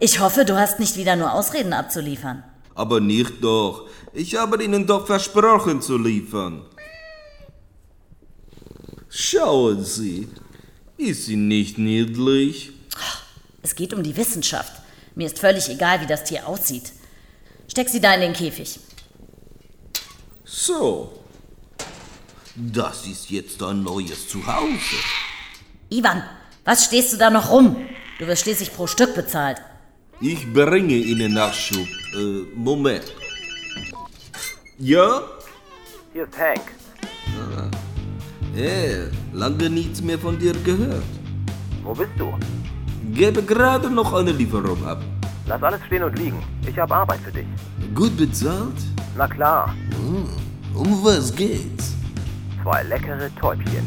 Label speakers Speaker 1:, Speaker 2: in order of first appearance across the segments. Speaker 1: Ich hoffe, du hast nicht wieder nur Ausreden abzuliefern.
Speaker 2: Aber nicht doch. Ich habe Ihnen doch versprochen zu liefern. Schauen Sie, ist sie nicht niedlich?
Speaker 1: Es geht um die Wissenschaft. Mir ist völlig egal, wie das Tier aussieht. Steck sie da in den Käfig.
Speaker 2: So, das ist jetzt ein neues Zuhause.
Speaker 1: Ivan, was stehst du da noch rum? Du wirst schließlich pro Stück bezahlt.
Speaker 2: Ich bringe Ihnen Nachschub. Äh, Moment. Ja?
Speaker 3: Hier ist Hank.
Speaker 2: Äh, lange nichts mehr von dir gehört.
Speaker 3: Wo bist du?
Speaker 2: Gebe gerade noch eine Lieferung ab.
Speaker 3: Lass alles stehen und liegen. Ich habe Arbeit für dich.
Speaker 2: Gut bezahlt?
Speaker 3: Na klar,
Speaker 2: Um was geht's?
Speaker 3: zwei leckere Täubchen.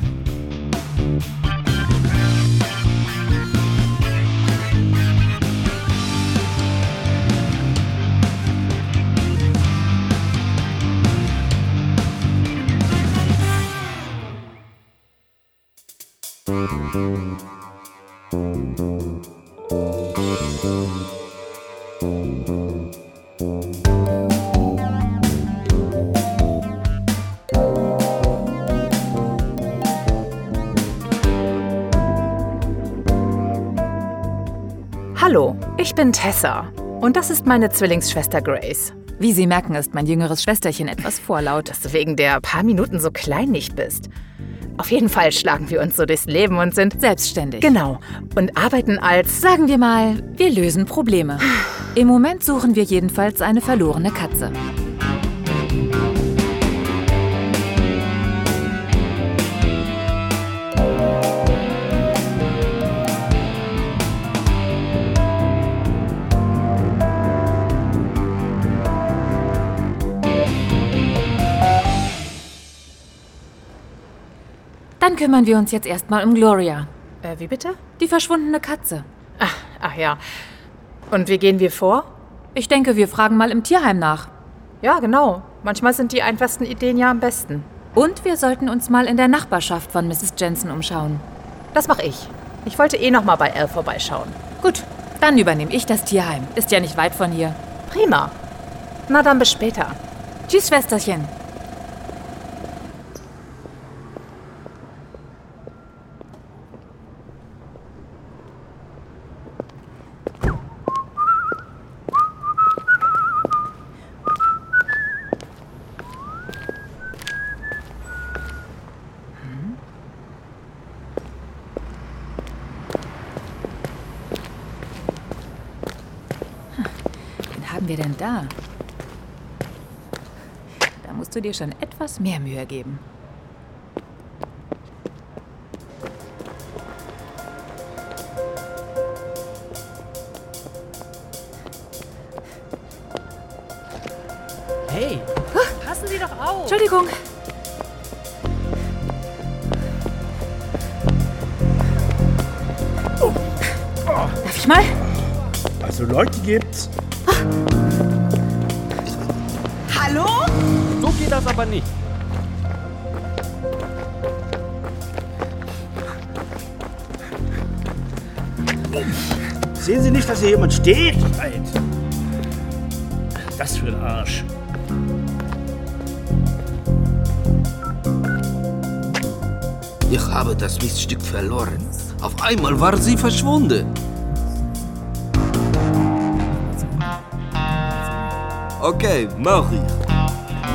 Speaker 4: Hallo, ich bin Tessa und das ist meine Zwillingsschwester Grace.
Speaker 5: Wie Sie merken, ist mein jüngeres Schwesterchen etwas vorlaut.
Speaker 4: Dass du wegen der paar Minuten so klein nicht bist. Auf jeden Fall schlagen wir uns so durchs Leben und sind
Speaker 5: Selbstständig.
Speaker 4: Genau. Und arbeiten als.
Speaker 5: Sagen wir mal, wir lösen Probleme. Im Moment suchen wir jedenfalls eine verlorene Katze. Dann kümmern wir uns jetzt erstmal um Gloria,
Speaker 4: Äh, wie bitte?
Speaker 5: die verschwundene Katze.
Speaker 4: Ach ja. Und wie gehen wir vor?
Speaker 5: Ich denke, wir fragen mal im Tierheim nach.
Speaker 4: Ja, genau. Manchmal sind die einfachsten Ideen ja am besten.
Speaker 5: Und wir sollten uns mal in der Nachbarschaft von Mrs. Jensen umschauen.
Speaker 4: Das mache ich. Ich wollte eh noch mal bei Elle vorbeischauen.
Speaker 5: Gut, dann übernehme ich das Tierheim. Ist ja nicht weit von hier.
Speaker 4: Prima. Na dann bis später.
Speaker 5: Tschüss, Schwesterchen. Wen haben wir denn da? Da musst du dir schon etwas mehr Mühe geben.
Speaker 6: Hey,
Speaker 4: Passen Sie doch auf.
Speaker 5: Entschuldigung. Darf ich mal?
Speaker 6: also Leute gibt's. Hallo? So geht das aber nicht. Sehen Sie nicht, dass hier jemand steht? Halt. Das für ein Arsch.
Speaker 2: Ich habe das Miststück verloren. Auf einmal war sie verschwunden. Okay, mach ich.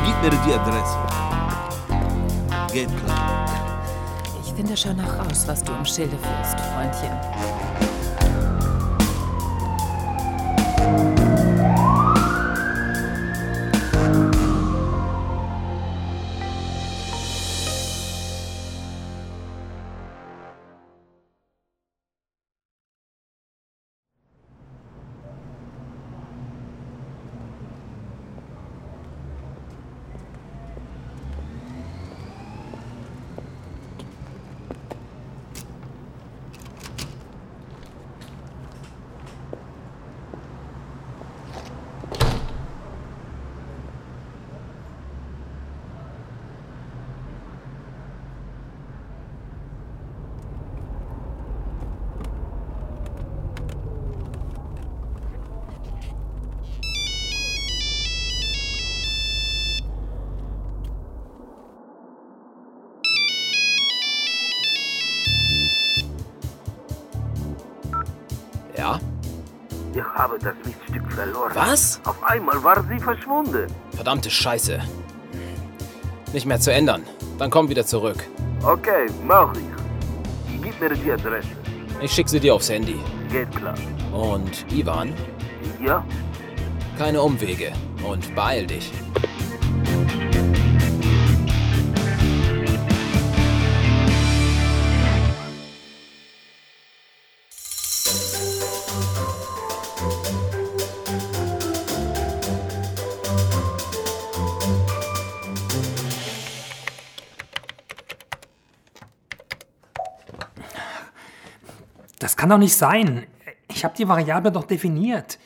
Speaker 2: Gib mir die Adresse. Geht klar.
Speaker 5: Ich finde schon noch raus, was du im Schilde führst, Freundchen.
Speaker 7: Ja?
Speaker 3: Ich habe das Miststück verloren.
Speaker 7: Was?
Speaker 3: Auf einmal war sie verschwunden.
Speaker 7: Verdammte Scheiße. Nicht mehr zu ändern. Dann komm wieder zurück.
Speaker 3: Okay, mach ich. Gib mir die Adresse.
Speaker 7: Ich schicke sie dir aufs Handy.
Speaker 3: Geht klar.
Speaker 7: Und Ivan,
Speaker 3: Ja?
Speaker 7: keine Umwege. Und beeil dich.
Speaker 8: Das kann doch nicht sein. Ich habe die Variable doch definiert.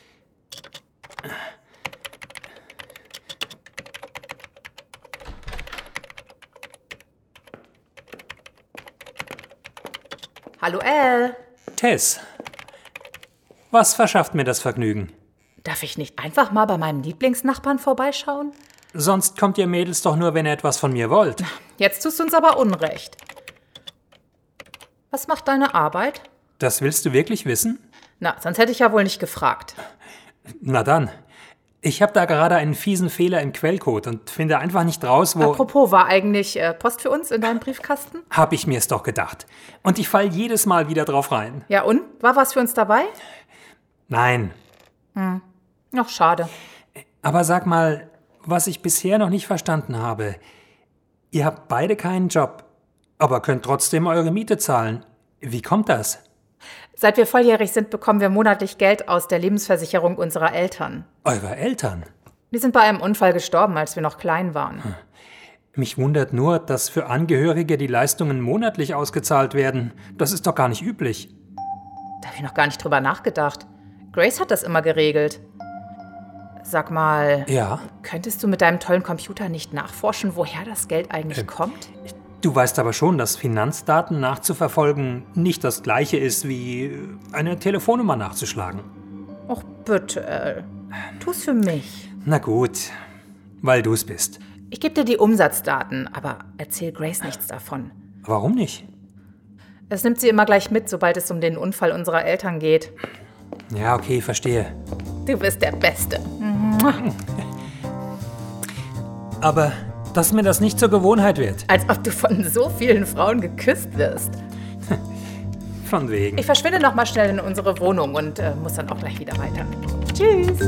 Speaker 4: Hallo Elle.
Speaker 8: Tess, was verschafft mir das Vergnügen?
Speaker 4: Darf ich nicht einfach mal bei meinem Lieblingsnachbarn vorbeischauen?
Speaker 8: Sonst kommt ihr Mädels doch nur, wenn ihr etwas von mir wollt.
Speaker 4: Jetzt tust du uns aber Unrecht. Was macht deine Arbeit?
Speaker 8: Das willst du wirklich wissen?
Speaker 4: Na, sonst hätte ich ja wohl nicht gefragt.
Speaker 8: Na dann. Ich habe da gerade einen fiesen Fehler im Quellcode und finde einfach nicht raus, wo...
Speaker 4: Apropos, war eigentlich äh, Post für uns in deinem Briefkasten?
Speaker 8: Hab ich mir's doch gedacht. Und ich fall jedes Mal wieder drauf rein.
Speaker 4: Ja und? War was für uns dabei? Hm.
Speaker 8: Nein.
Speaker 4: Ach, schade.
Speaker 8: Aber sag mal, was ich bisher noch nicht verstanden habe. Ihr habt beide keinen Job, aber könnt trotzdem eure Miete zahlen. Wie kommt das?
Speaker 4: Seit wir volljährig sind, bekommen wir monatlich Geld aus der Lebensversicherung unserer Eltern.
Speaker 8: Eure Eltern?
Speaker 4: Die sind bei einem Unfall gestorben, als wir noch klein waren.
Speaker 8: Mich wundert nur, dass für Angehörige die Leistungen monatlich ausgezahlt werden. Das ist doch gar nicht üblich.
Speaker 4: Da habe ich noch gar nicht drüber nachgedacht. Grace hat das immer geregelt. Sag mal,
Speaker 8: Ja,
Speaker 4: könntest du mit deinem tollen Computer nicht nachforschen, woher das Geld eigentlich kommt?
Speaker 8: du weißt aber schon, dass Finanzdaten nachzuverfolgen nicht das gleiche ist wie äh, eine Telefonnummer nachzuschlagen.
Speaker 4: Och bitte, Elle. tu's für mich.
Speaker 8: Na gut, weil du's bist.
Speaker 4: Ich gebe dir die Umsatzdaten, aber erzähl Grace nichts davon.
Speaker 8: Warum nicht?
Speaker 4: Es nimmt sie immer gleich mit, sobald es um den Unfall unserer Eltern geht.
Speaker 8: Ja, okay, verstehe.
Speaker 4: Du bist der Beste.
Speaker 8: Mhm. Aber dass mir das nicht zur Gewohnheit wird.
Speaker 4: Als ob du von so vielen Frauen geküsst wirst.
Speaker 8: Von wegen.
Speaker 4: Ich verschwinde noch mal schnell in unsere Wohnung und äh, muss dann auch gleich wieder weiter. Tschüss.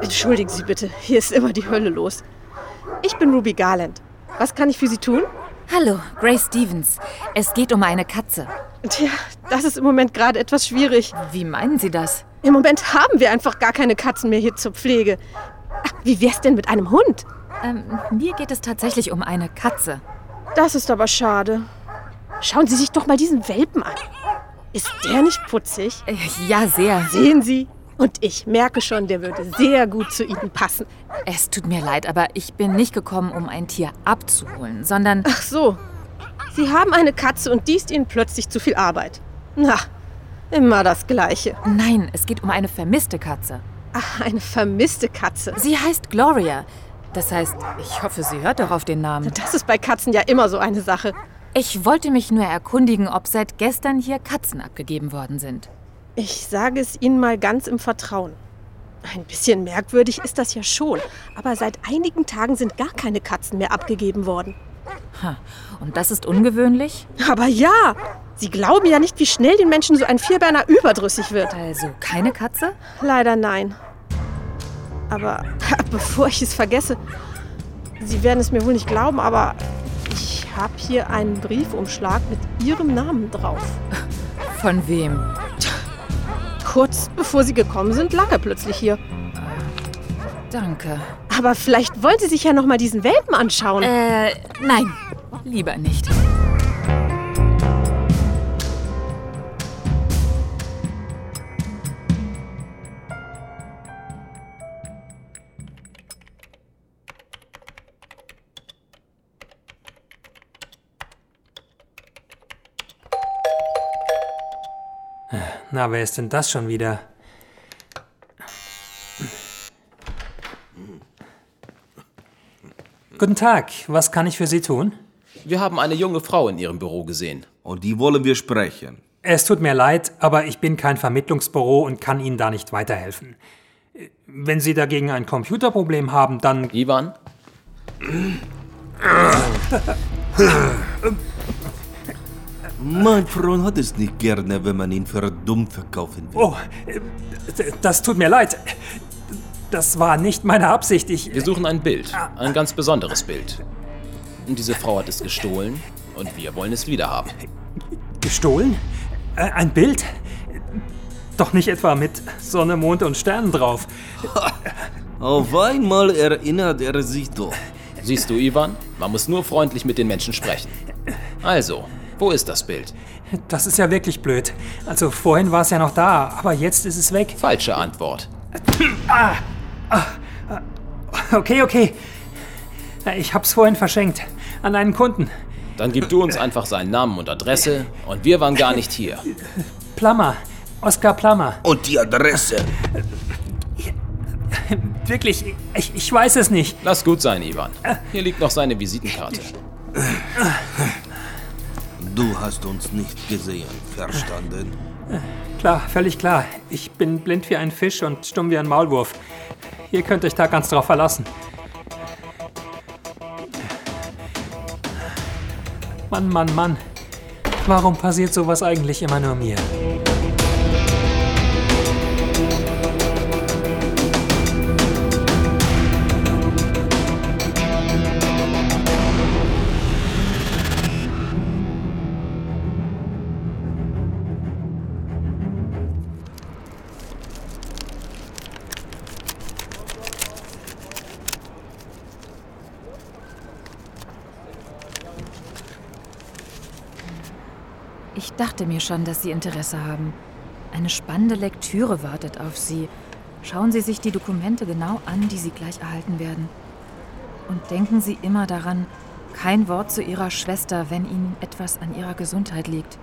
Speaker 9: Entschuldigen Sie bitte, hier ist immer die Hölle los. Ich bin Ruby Garland. Was kann ich für Sie tun?
Speaker 5: Hallo, Grace Stevens. Es geht um eine Katze.
Speaker 9: Tja, das ist im Moment gerade etwas schwierig.
Speaker 5: Wie meinen Sie das?
Speaker 9: Im Moment haben wir einfach gar keine Katzen mehr hier zur Pflege. Ach, wie wär's denn mit einem Hund?
Speaker 5: Ähm, mir geht es tatsächlich um eine Katze.
Speaker 9: Das ist aber schade. Schauen Sie sich doch mal diesen Welpen an. Ist der nicht putzig?
Speaker 5: Äh, Ja, sehr.
Speaker 9: Sehen Sie? Und ich merke schon, der würde sehr gut zu Ihnen passen.
Speaker 5: Es tut mir leid, aber ich bin nicht gekommen, um ein Tier abzuholen, sondern
Speaker 9: Ach so. Sie haben eine Katze und die ist Ihnen plötzlich zu viel Arbeit. Na, immer das Gleiche.
Speaker 5: nein, es geht um eine vermisste Katze.
Speaker 9: Ach, eine vermisste Katze.
Speaker 5: Sie heißt Gloria. Das heißt, ich hoffe, sie hört doch auf den Namen.
Speaker 9: Das ist bei Katzen ja immer so eine Sache.
Speaker 5: Ich wollte mich nur erkundigen, ob seit gestern hier Katzen abgegeben worden sind.
Speaker 9: Ich sage es Ihnen mal ganz im Vertrauen. Ein bisschen merkwürdig ist das ja schon, aber seit einigen Tagen sind gar keine Katzen mehr abgegeben worden.
Speaker 5: Und das ist ungewöhnlich?
Speaker 9: Aber ja, Sie glauben ja nicht, wie schnell den Menschen so ein Vierbeiner überdrüssig wird.
Speaker 5: Also keine Katze?
Speaker 9: Leider nein. Aber bevor ich es vergesse, Sie werden es mir wohl nicht glauben, aber ich habe hier einen Briefumschlag mit Ihrem Namen drauf.
Speaker 5: Von wem?
Speaker 9: Kurz bevor Sie gekommen sind, lag er plötzlich hier.
Speaker 5: Danke.
Speaker 9: Aber vielleicht wollen Sie sich ja noch mal diesen Welpen anschauen.
Speaker 5: Äh, nein, lieber nicht.
Speaker 8: Na, wer ist denn das schon wieder? Guten Tag, was kann ich für Sie tun?
Speaker 7: Wir haben eine junge Frau in Ihrem Büro gesehen.
Speaker 2: Und die wollen wir sprechen.
Speaker 8: Es tut mir leid, aber ich bin kein Vermittlungsbüro und kann Ihnen da nicht weiterhelfen. Wenn Sie dagegen ein Computerproblem haben, dann
Speaker 7: Ivan?
Speaker 2: Mein Freund hat es nicht gerne, wenn man ihn für dumm verkaufen will.
Speaker 8: Oh, äh, d- das tut mir leid. Das war nicht meine Absicht. Ich.
Speaker 7: Wir suchen ein Bild. Ein ganz besonderes Bild. Und diese Frau hat es gestohlen und wir wollen es wiederhaben.
Speaker 8: Gestohlen? Äh, Ein Bild? Doch nicht etwa mit Sonne, Mond und Sternen drauf.
Speaker 7: Oh,
Speaker 2: Auf einmal erinnert er sich doch.
Speaker 7: Siehst du, Ivan? Man muss nur freundlich mit den Menschen sprechen. Also, wo ist das Bild?
Speaker 8: Das ist ja wirklich blöd. Also vorhin war es ja noch da, aber jetzt ist es weg. Ah,
Speaker 7: Falsche Antwort.
Speaker 8: Okay, okay. Äh, Ich hab's vorhin verschenkt. An einen Kunden.
Speaker 7: Dann gib du uns einfach seinen Namen und Adresse und wir waren gar nicht hier.
Speaker 8: Plammer. Oskar Plammer.
Speaker 2: Und die Adresse.
Speaker 8: Wirklich, ich, ich weiß es nicht.
Speaker 7: Lass gut sein, Ivan. Hier liegt noch seine Visitenkarte.
Speaker 2: Du hast uns nicht gesehen, verstanden?
Speaker 8: Klar, völlig klar. Ich bin blind wie ein Fisch und stumm wie ein Maulwurf. Ihr könnt euch da ganz drauf verlassen. Mann, Mann, Mann. Warum passiert sowas eigentlich immer nur mir?
Speaker 10: Ich dachte mir schon, dass Sie Interesse haben. Eine spannende Lektüre wartet auf Sie. Schauen Sie sich die Dokumente genau an, die Sie gleich erhalten werden. Und denken Sie immer daran, kein Wort zu Ihrer Schwester, wenn Ihnen etwas an Ihrer Gesundheit liegt.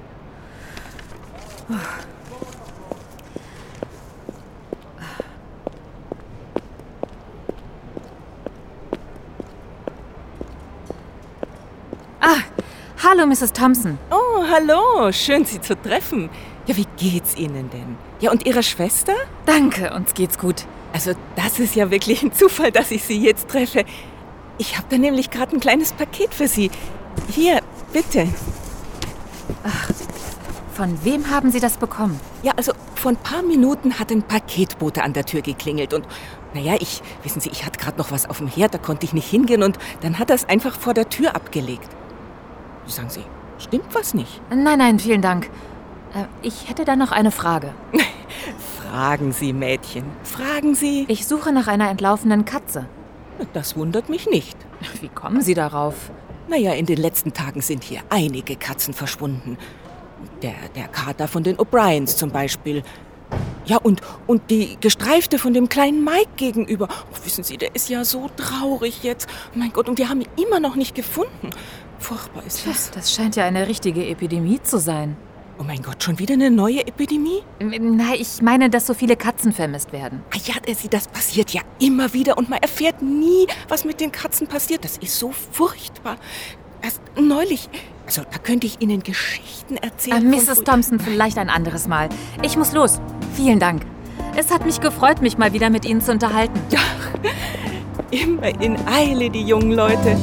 Speaker 10: Hallo, Mrs. Thompson.
Speaker 5: Oh, hallo, schön Sie zu treffen. Ja, wie geht's Ihnen denn? Ja, und Ihrer Schwester?
Speaker 10: Danke, uns geht's gut.
Speaker 5: Also, das ist ja wirklich ein Zufall, dass ich Sie jetzt treffe. Ich habe da nämlich gerade ein kleines Paket für Sie. Hier, bitte.
Speaker 10: Von wem haben Sie das bekommen?
Speaker 5: Ja, also vor ein paar Minuten hat ein Paketbote an der Tür geklingelt und naja, ich, wissen Sie, ich hatte gerade noch was auf dem Herd, da konnte ich nicht hingehen und dann hat er es einfach vor der Tür abgelegt. Sagen Sie, stimmt was nicht?
Speaker 10: Nein, nein, vielen Dank. Äh, Ich hätte da noch eine Frage.
Speaker 5: Fragen Sie, Mädchen, fragen Sie.
Speaker 10: Ich suche nach einer entlaufenen Katze.
Speaker 5: Das wundert mich nicht.
Speaker 10: Wie kommen Sie darauf?
Speaker 5: Naja, in den letzten Tagen sind hier einige Katzen verschwunden. Der, der Kater von den O'Briens zum Beispiel. Ja, und, und die Gestreifte von dem kleinen Mike gegenüber. Oh, wissen Sie, der ist ja so traurig jetzt. Mein Gott, und wir haben ihn immer noch nicht gefunden. Furchtbar ist das.
Speaker 10: Das scheint ja eine richtige Epidemie zu sein.
Speaker 5: Oh mein Gott, schon wieder eine neue Epidemie?
Speaker 10: Nein, ich meine, dass so viele Katzen vermisst werden.
Speaker 5: Ah ja, äh, Sie, das passiert ja immer wieder und man erfährt nie, was mit den Katzen passiert. Das ist so furchtbar. Erst neulich, also da könnte ich Ihnen Geschichten
Speaker 10: Äh,
Speaker 5: erzählen. von
Speaker 10: Mrs.
Speaker 5: früher.
Speaker 10: Thompson, vielleicht ein anderes Mal. Ich muss los. Vielen Dank. Es hat mich gefreut, mich mal wieder mit Ihnen zu unterhalten.
Speaker 5: Immer in Eile, die jungen Leute.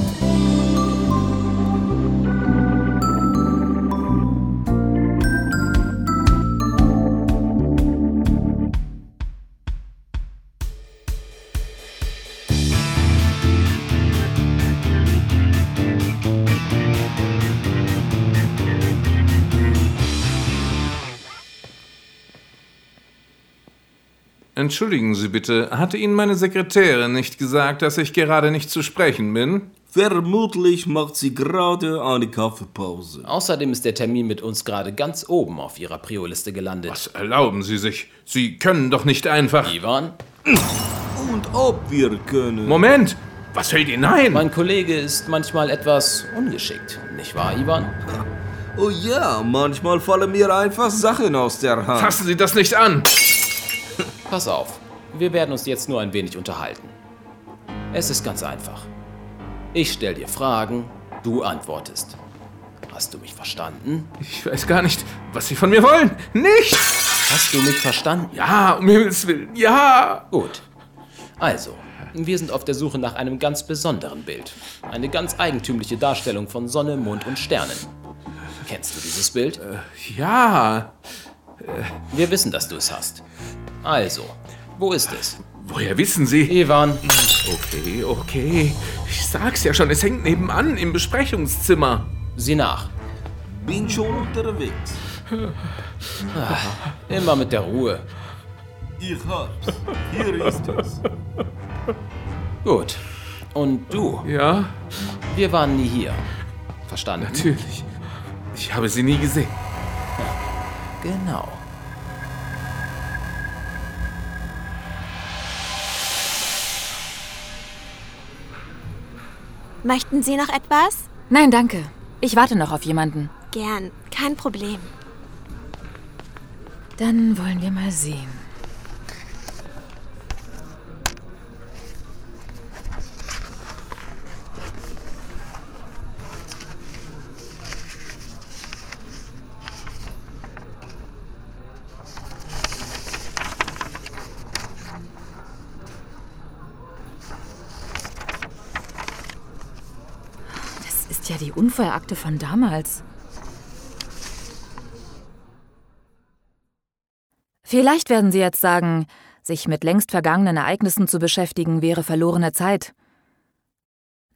Speaker 3: Entschuldigen Sie bitte, hatte Ihnen meine Sekretärin nicht gesagt, dass ich gerade nicht zu sprechen bin?
Speaker 2: Vermutlich macht sie gerade eine Kaffeepause.
Speaker 7: Außerdem ist der Termin mit uns gerade ganz oben auf Ihrer Prioliste gelandet.
Speaker 3: Was erlauben Sie sich? Sie können doch nicht einfach.
Speaker 7: Ivan?
Speaker 2: Und ob wir können.
Speaker 3: Moment! Was fällt Ihnen ein?
Speaker 7: Mein Kollege ist manchmal etwas ungeschickt, nicht wahr, Ivan?
Speaker 2: Oh ja, manchmal fallen mir einfach Sachen aus der Hand.
Speaker 3: Fassen Sie das nicht an!
Speaker 7: Pass auf, wir werden uns jetzt nur ein wenig unterhalten. Es ist ganz einfach. Ich stell dir Fragen, du antwortest. Hast du mich verstanden?
Speaker 11: Ich weiß gar nicht, was Sie von mir wollen. Nicht!
Speaker 7: Hast du mich verstanden?
Speaker 11: Ja, um Himmels Willen, ja!
Speaker 7: Gut. Also, wir sind auf der Suche nach einem ganz besonderen Bild. Eine ganz eigentümliche Darstellung von Sonne, Mond und Sternen. Kennst du dieses Bild?
Speaker 11: Äh, Ja!
Speaker 7: Äh, Wir wissen, dass du es hast. Also, wo ist es?
Speaker 11: Woher wissen Sie?
Speaker 7: Ivan,
Speaker 11: Okay, okay. Ich sag's ja schon, es hängt nebenan im Besprechungszimmer.
Speaker 7: sieh nach.
Speaker 2: Bin schon unterwegs.
Speaker 7: Ah, Immer mit der Ruhe.
Speaker 2: Ich hab's. Hier ist es.
Speaker 7: Gut. Und du?
Speaker 11: Ja,
Speaker 7: Wir waren nie hier. Verstanden?
Speaker 11: natürlich. Ich habe sie nie gesehen.
Speaker 7: Genau.
Speaker 12: Möchten Sie noch etwas?
Speaker 5: Nein, danke. Ich warte noch auf jemanden.
Speaker 12: Gern, kein Problem.
Speaker 5: Dann wollen wir mal sehen. Das ist ja die Unfallakte von damals. Vielleicht werden Sie jetzt sagen, sich mit längst vergangenen Ereignissen zu beschäftigen wäre verlorene Zeit.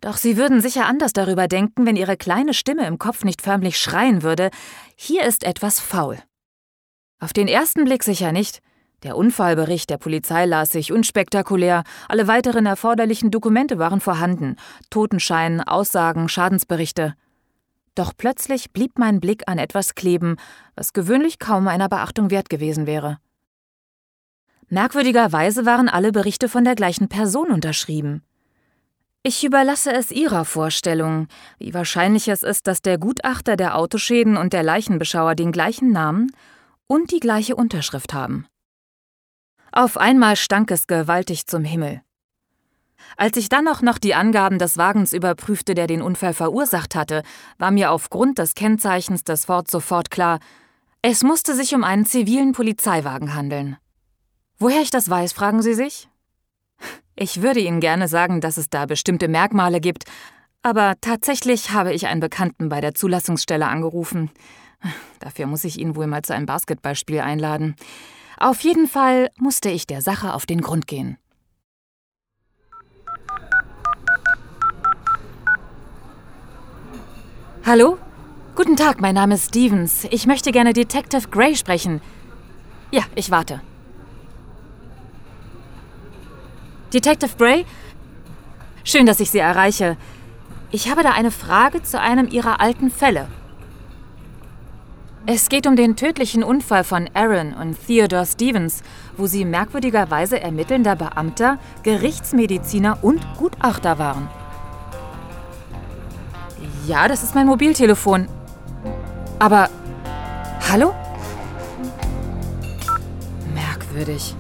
Speaker 5: Doch Sie würden sicher anders darüber denken, wenn Ihre kleine Stimme im Kopf nicht förmlich schreien würde, hier ist etwas faul. Auf den ersten Blick sicher nicht. Der Unfallbericht der Polizei las sich unspektakulär, alle weiteren erforderlichen Dokumente waren vorhanden, Totenschein, Aussagen, Schadensberichte. Doch plötzlich blieb mein Blick an etwas kleben, was gewöhnlich kaum einer Beachtung wert gewesen wäre. Merkwürdigerweise waren alle Berichte von der gleichen Person unterschrieben. Ich überlasse es Ihrer Vorstellung, wie wahrscheinlich es ist, dass der Gutachter der Autoschäden und der Leichenbeschauer den gleichen Namen und die gleiche Unterschrift haben. Auf einmal stank es gewaltig zum Himmel. Als ich dann auch noch die Angaben des Wagens überprüfte, der den Unfall verursacht hatte, war mir aufgrund des Kennzeichens des Ford sofort klar, es musste sich um einen zivilen Polizeiwagen handeln. Woher ich das weiß, fragen Sie sich? Ich würde Ihnen gerne sagen, dass es da bestimmte Merkmale gibt, aber tatsächlich habe ich einen Bekannten bei der Zulassungsstelle angerufen. Dafür muss ich ihn wohl mal zu einem Basketballspiel einladen. Auf jeden Fall musste ich der Sache auf den Grund gehen. Hallo? Guten Tag, mein Name ist Stevens. Ich möchte gerne Detective Gray sprechen. Ja, ich warte. Detective Gray? Schön, dass ich Sie erreiche. Ich habe da eine Frage zu einem Ihrer alten Fälle. Es geht um den tödlichen Unfall von Aaron und Theodore Stevens, wo sie merkwürdigerweise ermittelnder Beamter, Gerichtsmediziner und Gutachter waren. Ja, das ist mein Mobiltelefon. Aber. Hallo? Merkwürdig.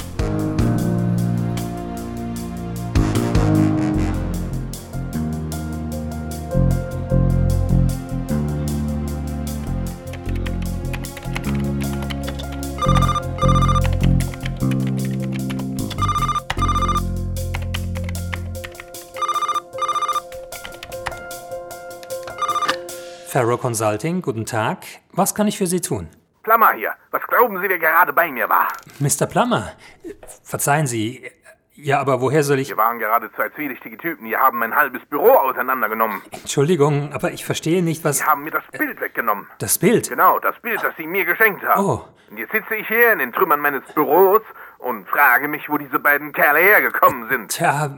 Speaker 8: Ferro Consulting, guten Tag. Was kann ich für Sie tun?
Speaker 3: Plummer hier, was glauben Sie, wer gerade bei mir war?
Speaker 8: Mr. Plummer, äh, verzeihen Sie. äh, Ja, aber woher soll ich.
Speaker 3: Hier waren gerade zwei zwielichtige Typen, die haben mein halbes Büro auseinandergenommen.
Speaker 8: Entschuldigung, aber ich verstehe nicht, was.
Speaker 3: Die haben mir das Bild weggenommen.
Speaker 8: Äh, Das Bild?
Speaker 3: Genau, das Bild, das Sie mir geschenkt haben.
Speaker 8: Oh.
Speaker 3: Und jetzt sitze ich hier in den Trümmern meines Büros und frage mich, wo diese beiden Kerle hergekommen sind.
Speaker 8: Tja,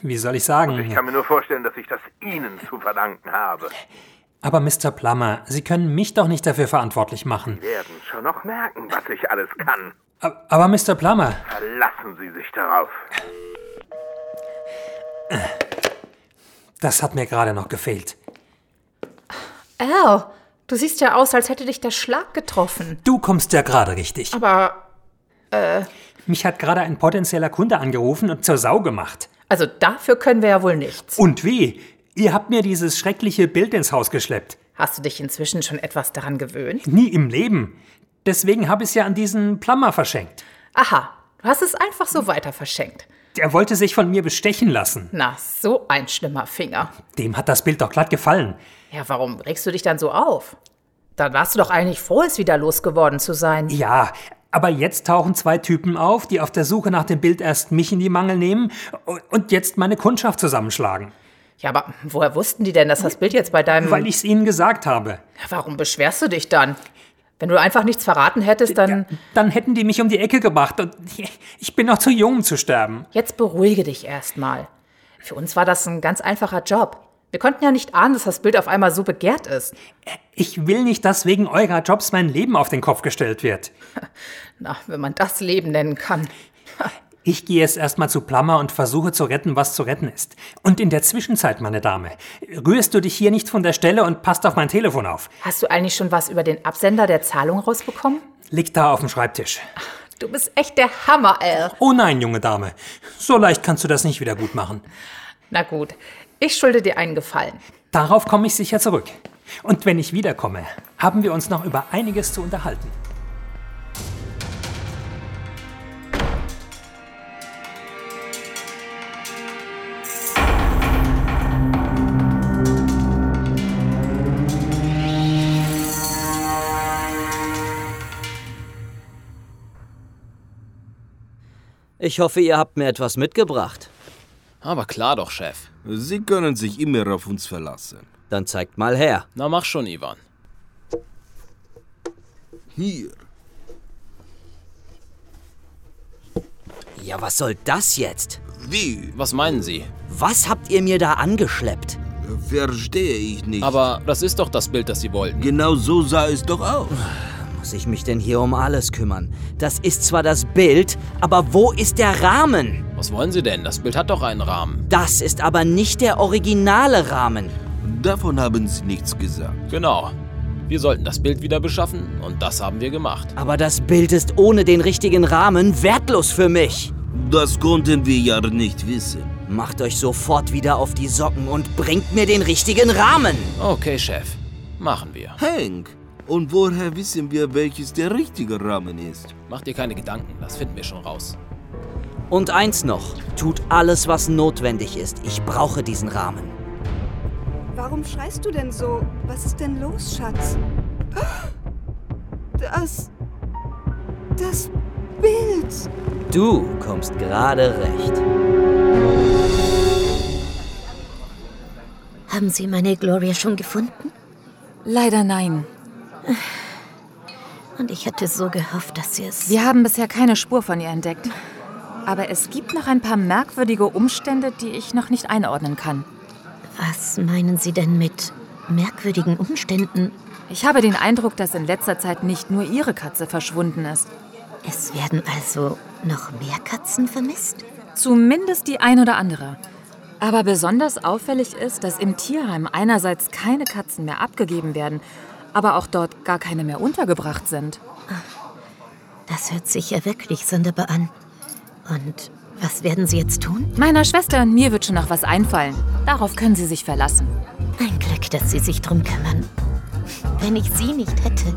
Speaker 8: wie soll ich sagen?
Speaker 3: Ich kann mir nur vorstellen, dass ich das Ihnen zu verdanken habe.
Speaker 8: Aber Mr. Plummer, Sie können mich doch nicht dafür verantwortlich machen.
Speaker 3: Sie werden schon noch merken, was ich alles kann.
Speaker 8: A- Aber Mr. Plummer,
Speaker 3: Verlassen Sie sich darauf.
Speaker 8: das hat mir gerade noch gefehlt.
Speaker 4: Al, du siehst ja aus, als hätte dich der Schlag getroffen.
Speaker 8: Du kommst ja gerade richtig.
Speaker 4: Aber. Äh,
Speaker 8: Mich hat gerade ein potenzieller Kunde angerufen und zur Sau gemacht.
Speaker 4: Also dafür können wir ja wohl nichts.
Speaker 8: Und weh, ihr habt mir dieses schreckliche Bild ins Haus geschleppt.
Speaker 4: Hast du dich inzwischen schon etwas daran gewöhnt?
Speaker 8: Nie im Leben. Deswegen habe ich es ja an diesen Plummer verschenkt.
Speaker 4: Aha, du hast es einfach so weiter verschenkt.
Speaker 8: Der wollte sich von mir bestechen lassen.
Speaker 4: Na, so ein schlimmer Finger.
Speaker 8: Dem hat das Bild doch glatt gefallen.
Speaker 4: Ja, warum regst du dich dann so auf? Dann warst du doch eigentlich froh, es wieder losgeworden zu sein.
Speaker 8: Ja, aber jetzt tauchen zwei Typen auf, die auf der Suche nach dem Bild erst mich in die Mangel nehmen u- und jetzt meine Kundschaft zusammenschlagen.
Speaker 4: Ja, aber woher wussten die denn, dass das Bild jetzt bei deinem...
Speaker 8: Weil ich es ihnen gesagt habe.
Speaker 4: Warum beschwerst du dich dann? Wenn du einfach nichts verraten hättest, dann...
Speaker 8: Dann hätten die mich um die Ecke gebracht und ich bin noch zu jung, um zu sterben.
Speaker 4: Jetzt beruhige dich erstmal. Für uns war das ein ganz einfacher Job. Wir konnten ja nicht ahnen, dass das Bild auf einmal so begehrt ist.
Speaker 8: Ich will nicht, dass wegen eurer Jobs mein Leben auf den Kopf gestellt wird.
Speaker 4: Na, wenn man das Leben nennen kann.
Speaker 8: Ich gehe jetzt erstmal zu Plummer und versuche zu retten, was zu retten ist. Und in der Zwischenzeit, meine Dame, rührst du dich hier nicht von der Stelle und passt auf mein Telefon auf.
Speaker 4: Hast du eigentlich schon was über den Absender der Zahlung rausbekommen?
Speaker 8: Liegt da auf dem Schreibtisch.
Speaker 4: Du bist echt der Hammer, El.
Speaker 8: Oh nein, junge Dame, so leicht kannst du das nicht wieder gut machen.
Speaker 4: Na gut, ich schulde dir einen Gefallen.
Speaker 8: Darauf komme ich sicher zurück. Und wenn ich wiederkomme, haben wir uns noch über einiges zu unterhalten.
Speaker 13: Ich hoffe, ihr habt mir etwas mitgebracht.
Speaker 7: Aber klar doch, Chef.
Speaker 2: Sie können sich immer auf uns verlassen.
Speaker 13: Dann zeigt mal her.
Speaker 7: Na, mach schon, Ivan.
Speaker 2: Hier.
Speaker 13: Ja, was soll das jetzt?
Speaker 2: Wie?
Speaker 7: Was meinen Sie?
Speaker 13: Was habt ihr mir da angeschleppt?
Speaker 2: Verstehe ich nicht.
Speaker 7: Aber das ist doch das Bild, das Sie wollten.
Speaker 2: Genau so sah es doch aus.
Speaker 13: Muss ich mich denn hier um alles kümmern? Das ist zwar das Bild, aber wo ist der Rahmen?
Speaker 7: Was wollen Sie denn? Das Bild hat doch einen Rahmen.
Speaker 13: Das ist aber nicht der originale Rahmen.
Speaker 2: Davon haben Sie nichts gesagt.
Speaker 7: Genau. Wir sollten das Bild wieder beschaffen und das haben wir gemacht.
Speaker 13: Aber das Bild ist ohne den richtigen Rahmen wertlos für mich.
Speaker 2: Das konnten wir ja nicht wissen.
Speaker 13: Macht euch sofort wieder auf die Socken und bringt mir den richtigen Rahmen.
Speaker 7: Okay, Chef. Machen wir.
Speaker 2: Hank, und woher wissen wir, welches der richtige Rahmen ist?
Speaker 7: Mach dir keine Gedanken, das finden wir schon raus.
Speaker 13: Und eins noch, tut alles, was notwendig ist. Ich brauche diesen Rahmen.
Speaker 14: Warum schreist du denn so? Was ist denn los, Schatz? Das. Das Bild!
Speaker 13: Du kommst gerade recht.
Speaker 12: Haben Sie meine Gloria schon gefunden?
Speaker 5: Leider nein.
Speaker 12: Und ich hatte so gehofft, dass Sie es.
Speaker 5: Wir haben bisher keine Spur von ihr entdeckt. Aber es gibt noch ein paar merkwürdige Umstände, die ich noch nicht einordnen kann.
Speaker 12: Was meinen Sie denn mit merkwürdigen Umständen?
Speaker 5: Ich habe den Eindruck, dass in letzter Zeit nicht nur ihre Katze verschwunden ist.
Speaker 12: Es werden also noch mehr Katzen vermisst?
Speaker 5: Zumindest die ein oder andere. Aber besonders auffällig ist, dass im Tierheim einerseits keine Katzen mehr abgegeben werden, aber auch dort gar keine mehr untergebracht sind.
Speaker 12: Ah, Das hört sich ja wirklich sonderbar an. Und was werden Sie jetzt tun?
Speaker 5: Meiner Schwester und mir wird schon noch was einfallen. Darauf können Sie sich verlassen.
Speaker 12: Ein Glück, dass Sie sich drum kümmern. Wenn ich Sie nicht hätte.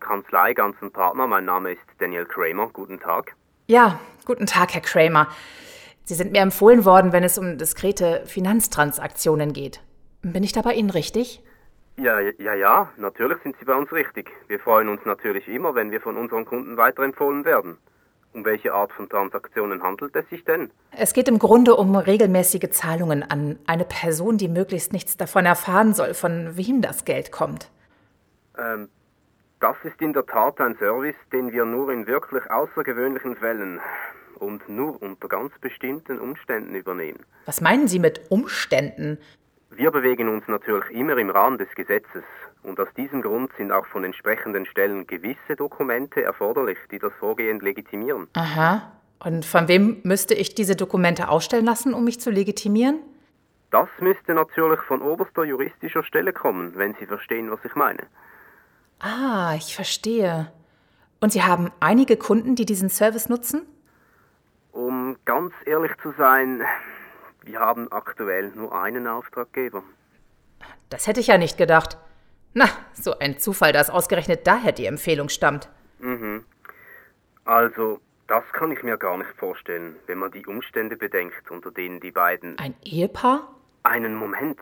Speaker 15: Kanzlei, ganz und Partner, mein Name ist Daniel Kramer. Guten Tag.
Speaker 4: Ja, guten Tag, Herr Kramer. Sie sind mir empfohlen worden, wenn es um diskrete Finanztransaktionen geht. Bin ich da bei Ihnen richtig?
Speaker 15: Ja, ja, ja, natürlich sind Sie bei uns richtig. Wir freuen uns natürlich immer, wenn wir von unseren Kunden weiterempfohlen werden. Um welche Art von Transaktionen handelt es sich denn?
Speaker 4: Es geht im Grunde um regelmäßige Zahlungen an eine Person, die möglichst nichts davon erfahren soll, von wem das Geld kommt.
Speaker 15: Ähm, das ist in der Tat ein Service, den wir nur in wirklich außergewöhnlichen Fällen und nur unter ganz bestimmten Umständen übernehmen.
Speaker 4: Was meinen Sie mit Umständen?
Speaker 15: Wir bewegen uns natürlich immer im Rahmen des Gesetzes und aus diesem Grund sind auch von entsprechenden Stellen gewisse Dokumente erforderlich, die das Vorgehen legitimieren.
Speaker 4: Aha. Und von wem müsste ich diese Dokumente ausstellen lassen, um mich zu legitimieren?
Speaker 15: Das müsste natürlich von oberster juristischer Stelle kommen, wenn Sie verstehen, was ich meine.
Speaker 4: Ah, ich verstehe. Und Sie haben einige Kunden, die diesen Service nutzen?
Speaker 15: Um ganz ehrlich zu sein, wir haben aktuell nur einen Auftraggeber.
Speaker 4: Das hätte ich ja nicht gedacht. Na, so ein Zufall, dass ausgerechnet daher die Empfehlung stammt.
Speaker 15: Mhm. Also, das kann ich mir gar nicht vorstellen, wenn man die Umstände bedenkt, unter denen die beiden.
Speaker 4: Ein Ehepaar?
Speaker 15: Einen Moment.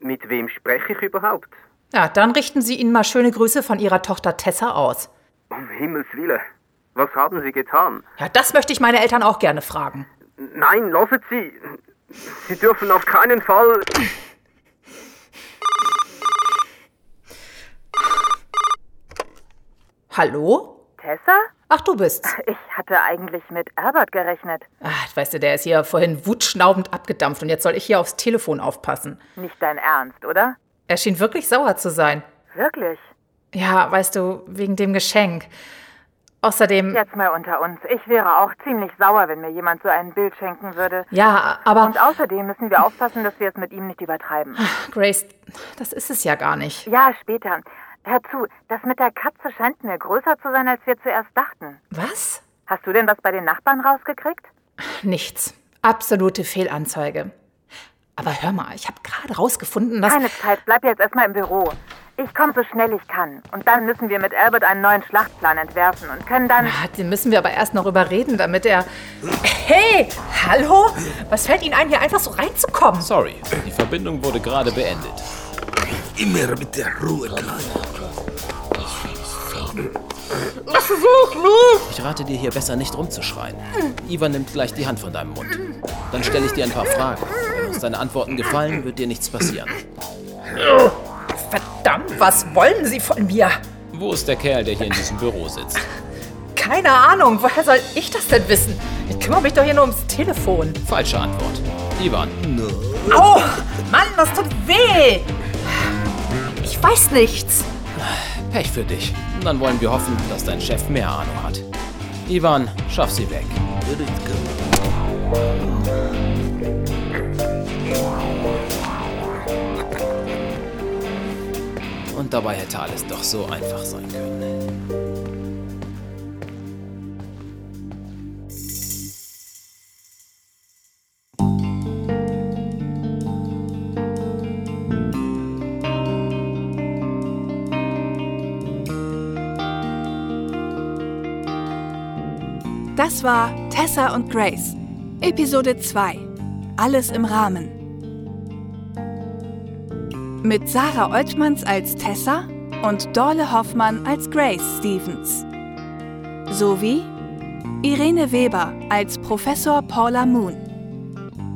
Speaker 15: Mit wem spreche ich überhaupt?
Speaker 4: Ja, dann richten Sie ihnen mal schöne Grüße von Ihrer Tochter Tessa aus.
Speaker 15: Um Himmels Willen. Was haben Sie getan?
Speaker 4: Ja, das möchte ich meine Eltern auch gerne fragen.
Speaker 15: Nein, lasset Sie. Sie dürfen auf keinen Fall.
Speaker 4: Hallo?
Speaker 16: Tessa?
Speaker 4: Ach, du bist's.
Speaker 16: Ich hatte eigentlich mit Herbert gerechnet.
Speaker 4: Ach, Ah, weißt du, der ist hier vorhin wutschnaubend abgedampft und jetzt soll ich hier aufs Telefon aufpassen.
Speaker 16: Nicht dein Ernst, oder?
Speaker 4: Er schien wirklich sauer zu sein.
Speaker 16: Wirklich?
Speaker 4: Ja, weißt du, wegen dem Geschenk. Außerdem.
Speaker 16: Jetzt mal unter uns. Ich wäre auch ziemlich sauer, wenn mir jemand so ein Bild schenken würde.
Speaker 4: Ja, aber.
Speaker 16: Und außerdem müssen wir aufpassen, dass wir es mit ihm nicht übertreiben.
Speaker 4: Ah, Grace, das ist es ja gar nicht.
Speaker 16: Ja, später. Hör zu, das mit der Katze scheint mir größer zu sein, als wir zuerst dachten.
Speaker 4: Was?
Speaker 16: Hast du denn was bei den Nachbarn rausgekriegt?
Speaker 4: Nichts. Absolute Fehlanzeige. Aber hör mal, ich habe gerade rausgefunden, dass.
Speaker 16: Keine Zeit, bleib jetzt erstmal im Büro. Ich komme so schnell ich kann. Und dann müssen wir mit Albert einen neuen Schlachtplan entwerfen und können dann.
Speaker 4: Na, den müssen wir aber erst noch überreden, damit er. Hey! Hallo? Was fällt Ihnen ein, hier einfach so reinzukommen?
Speaker 7: Sorry, die Verbindung wurde gerade beendet.
Speaker 2: Immer mit der Ruhe, Kleiner.
Speaker 7: Was versuch mich! Ich rate dir hier besser nicht rumzuschreien. Ivan nimmt gleich die Hand von deinem Mund. Dann stelle ich dir ein paar Fragen. Wenn uns deine Antworten gefallen, wird dir nichts passieren.
Speaker 4: Verdammt, was wollen Sie von mir?
Speaker 7: Wo ist der Kerl, der hier in diesem Büro sitzt?
Speaker 4: Keine Ahnung, woher soll ich das denn wissen? Ich kümmere mich doch hier nur ums Telefon.
Speaker 7: Falsche Antwort. Ivan.
Speaker 4: Au! Mann, das tut weh! Ich weiß nichts.
Speaker 7: Pech für dich. Dann wollen wir hoffen, dass dein Chef mehr Ahnung hat. Ivan, schaff sie weg. Und dabei hätte alles doch so einfach sein können.
Speaker 17: Das war Tessa und Grace, Episode 2. Alles im Rahmen. Mit Sarah Oltmanns als Tessa und Dorle Hoffmann als Grace Stevens. Sowie Irene Weber als Professor Paula Moon.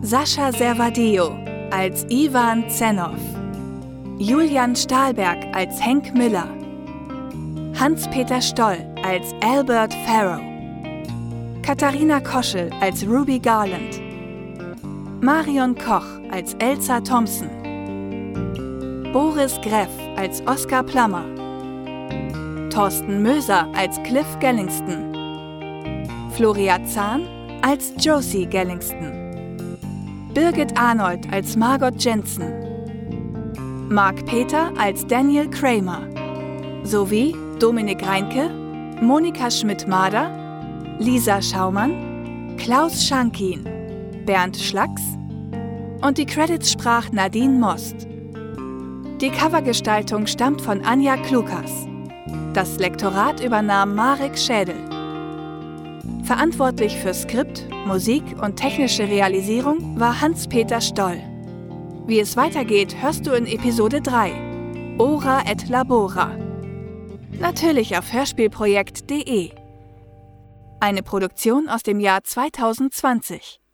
Speaker 17: Sascha Servadio als Ivan Zenov. Julian Stahlberg als Henk Miller. Hans-Peter Stoll als Albert Farrow. Katharina Koschel als Ruby Garland. Marion Koch als Elsa Thompson. Boris Greff als Oskar Plammer. Thorsten Möser als Cliff Gellingston. Floria Zahn als Josie Gellingston. Birgit Arnold als Margot Jensen. Mark Peter als Daniel Kramer. Sowie Dominik Reinke, Monika Schmidt-Mader Lisa Schaumann, Klaus Schankin, Bernd Schlacks und die Credits sprach Nadine Most. Die Covergestaltung stammt von Anja Klukas. Das Lektorat übernahm Marek Schädel. Verantwortlich für Skript, Musik und technische Realisierung war Hans-Peter Stoll. Wie es weitergeht, hörst du in Episode 3. Ora et Labora. Natürlich auf hörspielprojekt.de. Eine Produktion aus dem Jahr 2020.